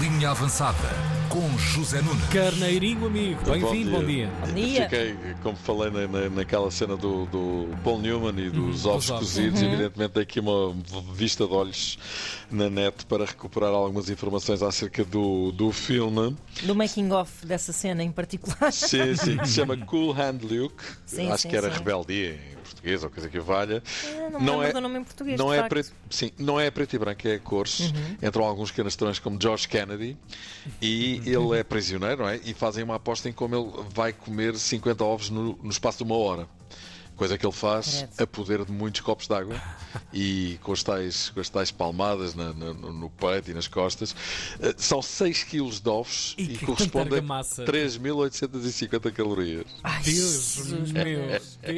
Linha Avançada com José Nunes. Carneirinho amigo, Então, bem-vindo, bom dia. Bom dia. Fiquei, como falei na, na- naquela cena do, do Paul Newman e dos ovos Uhum. dos ovos. cozidos, Uhum. evidentemente dei aqui uma vista de olhos na net para recuperar algumas informações acerca do, do filme. Do making of dessa cena em particular. Sim, sim, que se chama Cool Hand Luke. Sim, Acho sim, que era sim. Rebeldia em português ou coisa que valha. Eu não me lembro do nome em português, não de é facto. preto, sim, não é preto e branco, é a cores. Uhum. Entram alguns canastrões como Josh Kennedy e Uhum. ele é prisioneiro, não é? E fazem uma aposta em como ele vai comer 50 ovos no, no espaço de uma hora. Coisa que ele faz Credo. a poder de muitos copos de água e com as tais, com as tais palmadas na- na- no, no peito e nas costas. Eh, São 6 quilos de ovos E e, que corresponde a massa. 3.850 calorias. Ai, Deus Jesus. meu,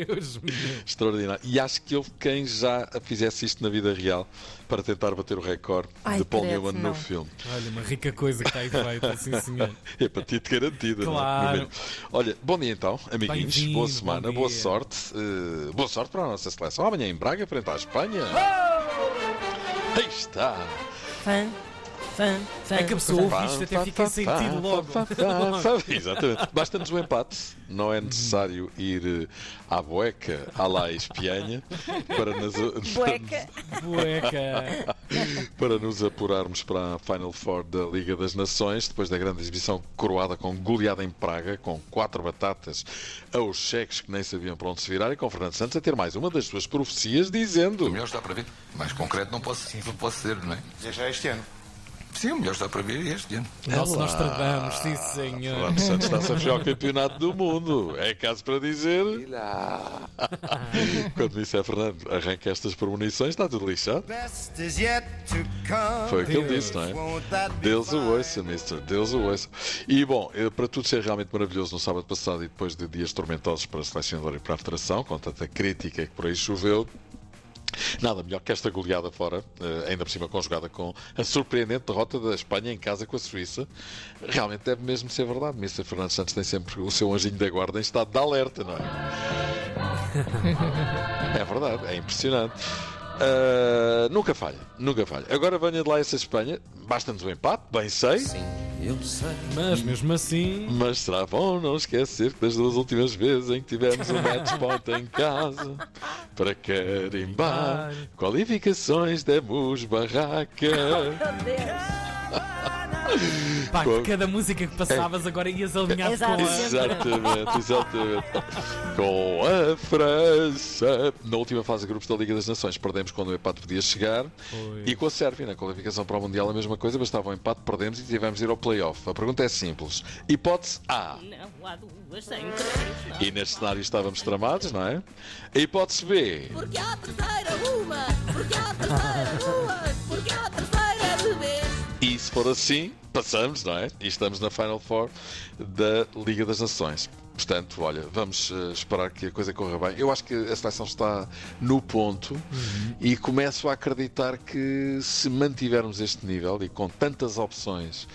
Deus meu. Extraordinário. E acho que houve quem já fizesse isto na vida real para tentar bater o recorde Ai, de Paul credo, Newman não. no filme. Olha, uma rica coisa que está aí feita, sim senhor. Hepatite garantida. não é? Claro. Primeiro. Olha, bom dia então, amiguinhos. Bem-vindo, boa semana, bom boa dia. sorte. eh, boa sorte para a nossa seleção. Amanhã em Braga, frente à Espanha. Oh! Aí está. Fã, fã, fã. É que a pessoa ouve Pá, isto pá, até fica pá, sem pá, sentido logo. pá, pá, pá. Exatamente. Basta-nos o empate. Não é necessário ir eh, à boeca, à lá espianha, para nas, Bueca. Bueca. Para nos apurarmos para a Final Four da Liga das Nações, depois da grande exibição coroada com goleada em Praga, com quatro batatas aos cheques que nem sabiam para onde se virar, e com Fernando Santos a ter mais uma das suas profecias dizendo: Melhor está para ver. Mais concreto não posso, não posso ser, não é? Já já este ano. Sim, o melhor está para ver é este ano. Nossa, nós tratamos, sim senhor. Fernando Santos está-se a fechar o campeonato do mundo. É caso para dizer. Quando me disser Fernando, arranca estas premonições, está tudo lixado. Best is yet to come. Foi o que ele disse, não é? Won't that be Deus o fine? ouça, Mister, Deus o ouça. E bom, eh, para tudo ser realmente maravilhoso no sábado passado e depois de dias tormentosos para a selecionadora e para a federação, com tanta crítica que por aí choveu, nada melhor que esta goleada fora, eh, ainda por cima conjugada com a surpreendente derrota da Espanha em casa com a Suíça. Realmente deve mesmo ser verdade. Mister Fernando Santos tem sempre o seu anjinho da guarda em estado de alerta, não é? É verdade, é impressionante. Ah, nunca falha, nunca falha. Agora venha de lá essa Espanha, basta-nos o empate, bem sei, Mas mesmo assim, mas será bom não esquecer que das duas últimas vezes em que tivemos um match point em casa para carimbar qualificações demos barraca. Meu Deus. pá, Com- cada música que É. passavas agora ias alinhado com Exato, a... sempre. Exatamente, exatamente. Com a França. Na última fase de grupos da Liga das Nações, perdemos quando o empate podia chegar. Pois. E com a Sérvia, na qualificação para o Mundial, a mesma coisa, bastava um empate, perdemos e tivemos de ir ao playoff. A pergunta é simples: hipótese A. Não há duas sem três, não. E neste cenário estávamos tramados, não é? A hipótese B. Porque há terceira uma, porque há terceira duas, porque há terceira de vez. E se for assim, passamos, não é? E estamos na Final Four da Liga das Nações. Portanto, olha, vamos eh, esperar que a coisa corra bem. Eu acho que a seleção está no ponto e começo a acreditar que se mantivermos este nível e com tantas opções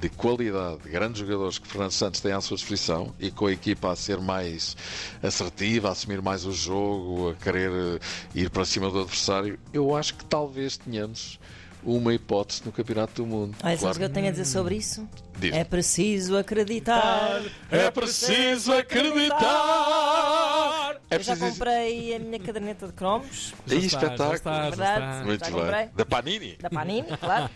de qualidade, de grandes jogadores que Fernando Santos tem à sua disposição e com a equipa a ser mais assertiva, a assumir mais o jogo, a querer eh, ir para cima do adversário, eu acho que talvez tenhamos uma hipótese no Campeonato do Mundo. Olha, sabes o que eu Claro. tenho a dizer sobre isso? Diz. um É preciso acreditar. É preciso acreditar! É Eu já preciso. comprei a minha caderneta de cromos, E Já está, já está, É espetáculo! já está. Verdade. Muito Já comprei. bem. Da Panini? da Panini, claro.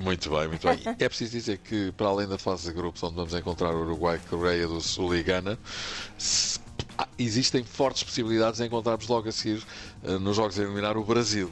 Muito bem, muito bem. É preciso dizer que, para além da fase de grupos, onde vamos encontrar Uruguai, Coreia do Sul e Gana, se- há- existem fortes possibilidades de encontrarmos logo a seguir, eh, nos jogos a eliminar, o Brasil.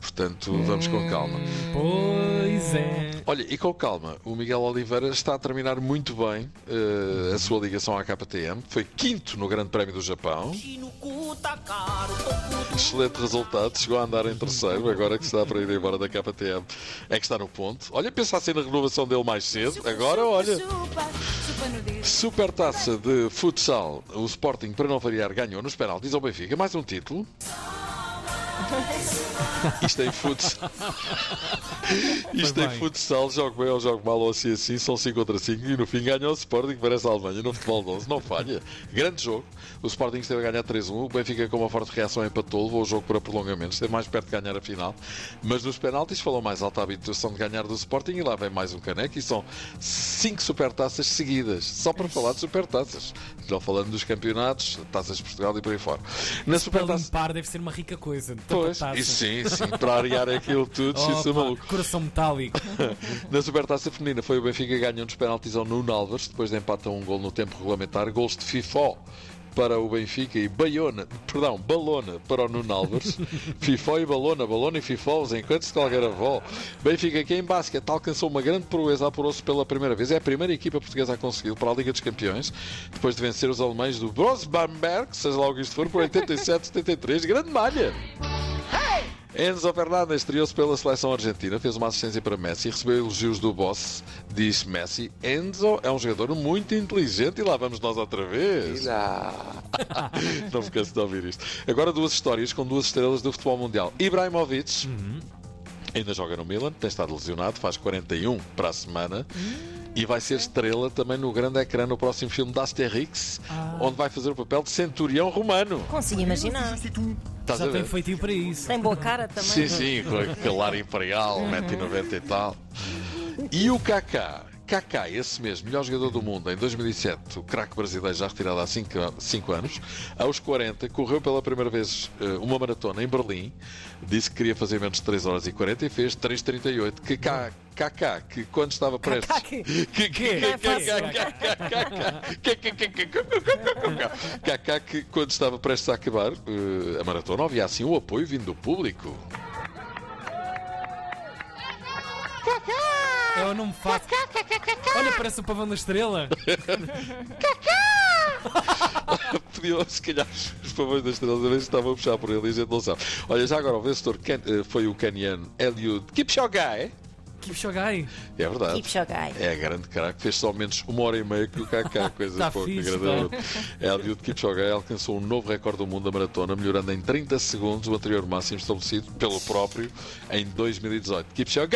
Portanto, vamos com calma. Pois é. Olha, e com calma, o Miguel Oliveira está a terminar muito bem eh, a sua ligação à KTM. Foi quinto no Grande Prémio do Japão. E no cu tá caro, toco Excelente resultado, chegou a andar em terceiro, agora que está para ir embora da KTM. É que está no ponto. Olha, pensar assim na renovação dele mais cedo. Agora, olha. Chupa, chupa no dedo. Supertaça de futsal. O Sporting, para não variar, ganhou nos penaltis ao Benfica. Mais um título. Isto em futsal. Isto em bem. futsal, jogo bem ou jogo mal, ou assim assim, são 5 contra 5 e no fim ganham o Sporting, parece a Alemanha, no futebol de 11, não falha. Grande jogo. O Sporting esteve a ganhar 3-1, o Benfica com uma forte reação empatou, levou o jogo para prolongamento, esteve mais perto de ganhar a final, mas nos penaltis falou mais alta a habituação de ganhar do Sporting e lá vem mais um caneco e são 5 supertaças seguidas, só para falar de supertaças. Já falando dos campeonatos, taças de Portugal e por aí fora. Na Para supertaça... limpar deve ser uma rica coisa. tanta Pois, taça. e sim, sim, para arear aquilo tudo, Opa, isso é maluco. coração metálico. Na Supertaça Feminina foi o Benfica que ganhou nos penaltis ao Nuno Alves, depois de empate a um gol no tempo regulamentar, gols de Fifó para o Benfica e Baiona, perdão, Balona para o Nuno Alves, Fifó e Balona, Balona e Fifó, os encantos de Calgaravó. Benfica que em basquete alcançou uma grande proeza, apurou-se pela primeira vez, é a primeira equipa portuguesa a conseguir para a Liga dos Campeões, depois de vencer os alemães do Bros Bamberg, seja lá o que isto for, por 87-73, grande malha! Enzo Fernandes estreou-se pela seleção argentina, fez uma assistência para Messi, recebeu elogios do boss, diz Messi. Enzo é um jogador muito inteligente e lá vamos nós outra vez. Não me canso de ouvir isto. Agora duas histórias com duas estrelas do futebol mundial. Ibrahimovic Uhum. ainda joga no Milan, tem estado lesionado, faz 41 para a semana. Hum. E vai ser estrela também no grande ecrã no próximo filme da Asterix, Ah. onde vai fazer o papel de centurião romano. Consigo imaginar. Estás a Já ver? tem feitiço para isso. Tem boa cara também. Sim, Uhum. sim, com aquele ar imperial, 1,90m e tal. E o Kaká? Kaká, esse mesmo, melhor jogador do mundo em 2007, o craque brasileiro já retirado há 5 anos, aos 40, correu pela primeira vez eh, uma maratona em Berlim, disse que queria fazer menos de 3 horas e 40 e fez 3,38. Que Kaká, Kaká, que quando estava prestes. Kaká que- que- que- Não é fácil. Kaká que quando estava prestes a acabar eh, a maratona havia assim o apoio vindo do público. Eu não me faço. Olha, parece o pavão da estrela. Pediu se calhar os pavões das estrelas a ver se estavam a puxar por ele e a gente não sabe. Olha, já agora o vencedor Ken- eh, foi o caniano Eliud Kipchoge. É Kipchogai. verdade. Kipchoge. É grande craque, fez só menos uma hora e meia que o Kaká, coisa Tá pouco fixe, agradável. Eliud Kipchoge alcançou um novo recorde do mundo da maratona, melhorando em 30 segundos o anterior máximo estabelecido pelo próprio em 2018. Kipchoge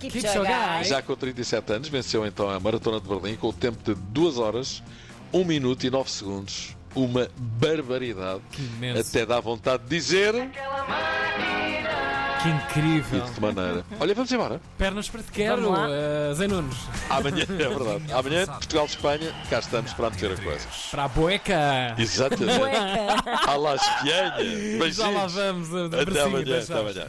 Kipchoge. Kipchoge. já com 37 anos, venceu então a Maratona de Berlim com o tempo de 2 horas, 1 minuto e 9 segundos. Uma barbaridade. imenso. Até dá vontade de dizer. Que incrível. De que maneira. Olha, vamos embora. Pernas para te quero, Vamos lá. eh, Zé Nunes. Amanhã, é verdade. Amanhã, Portugal-Espanha, cá estamos para meter a coisa. Para a boeca. Exatamente. À la espianha. Já lá Beijinhos. vamos. eh, Até bracinho, amanhã. beijão. Até amanhã.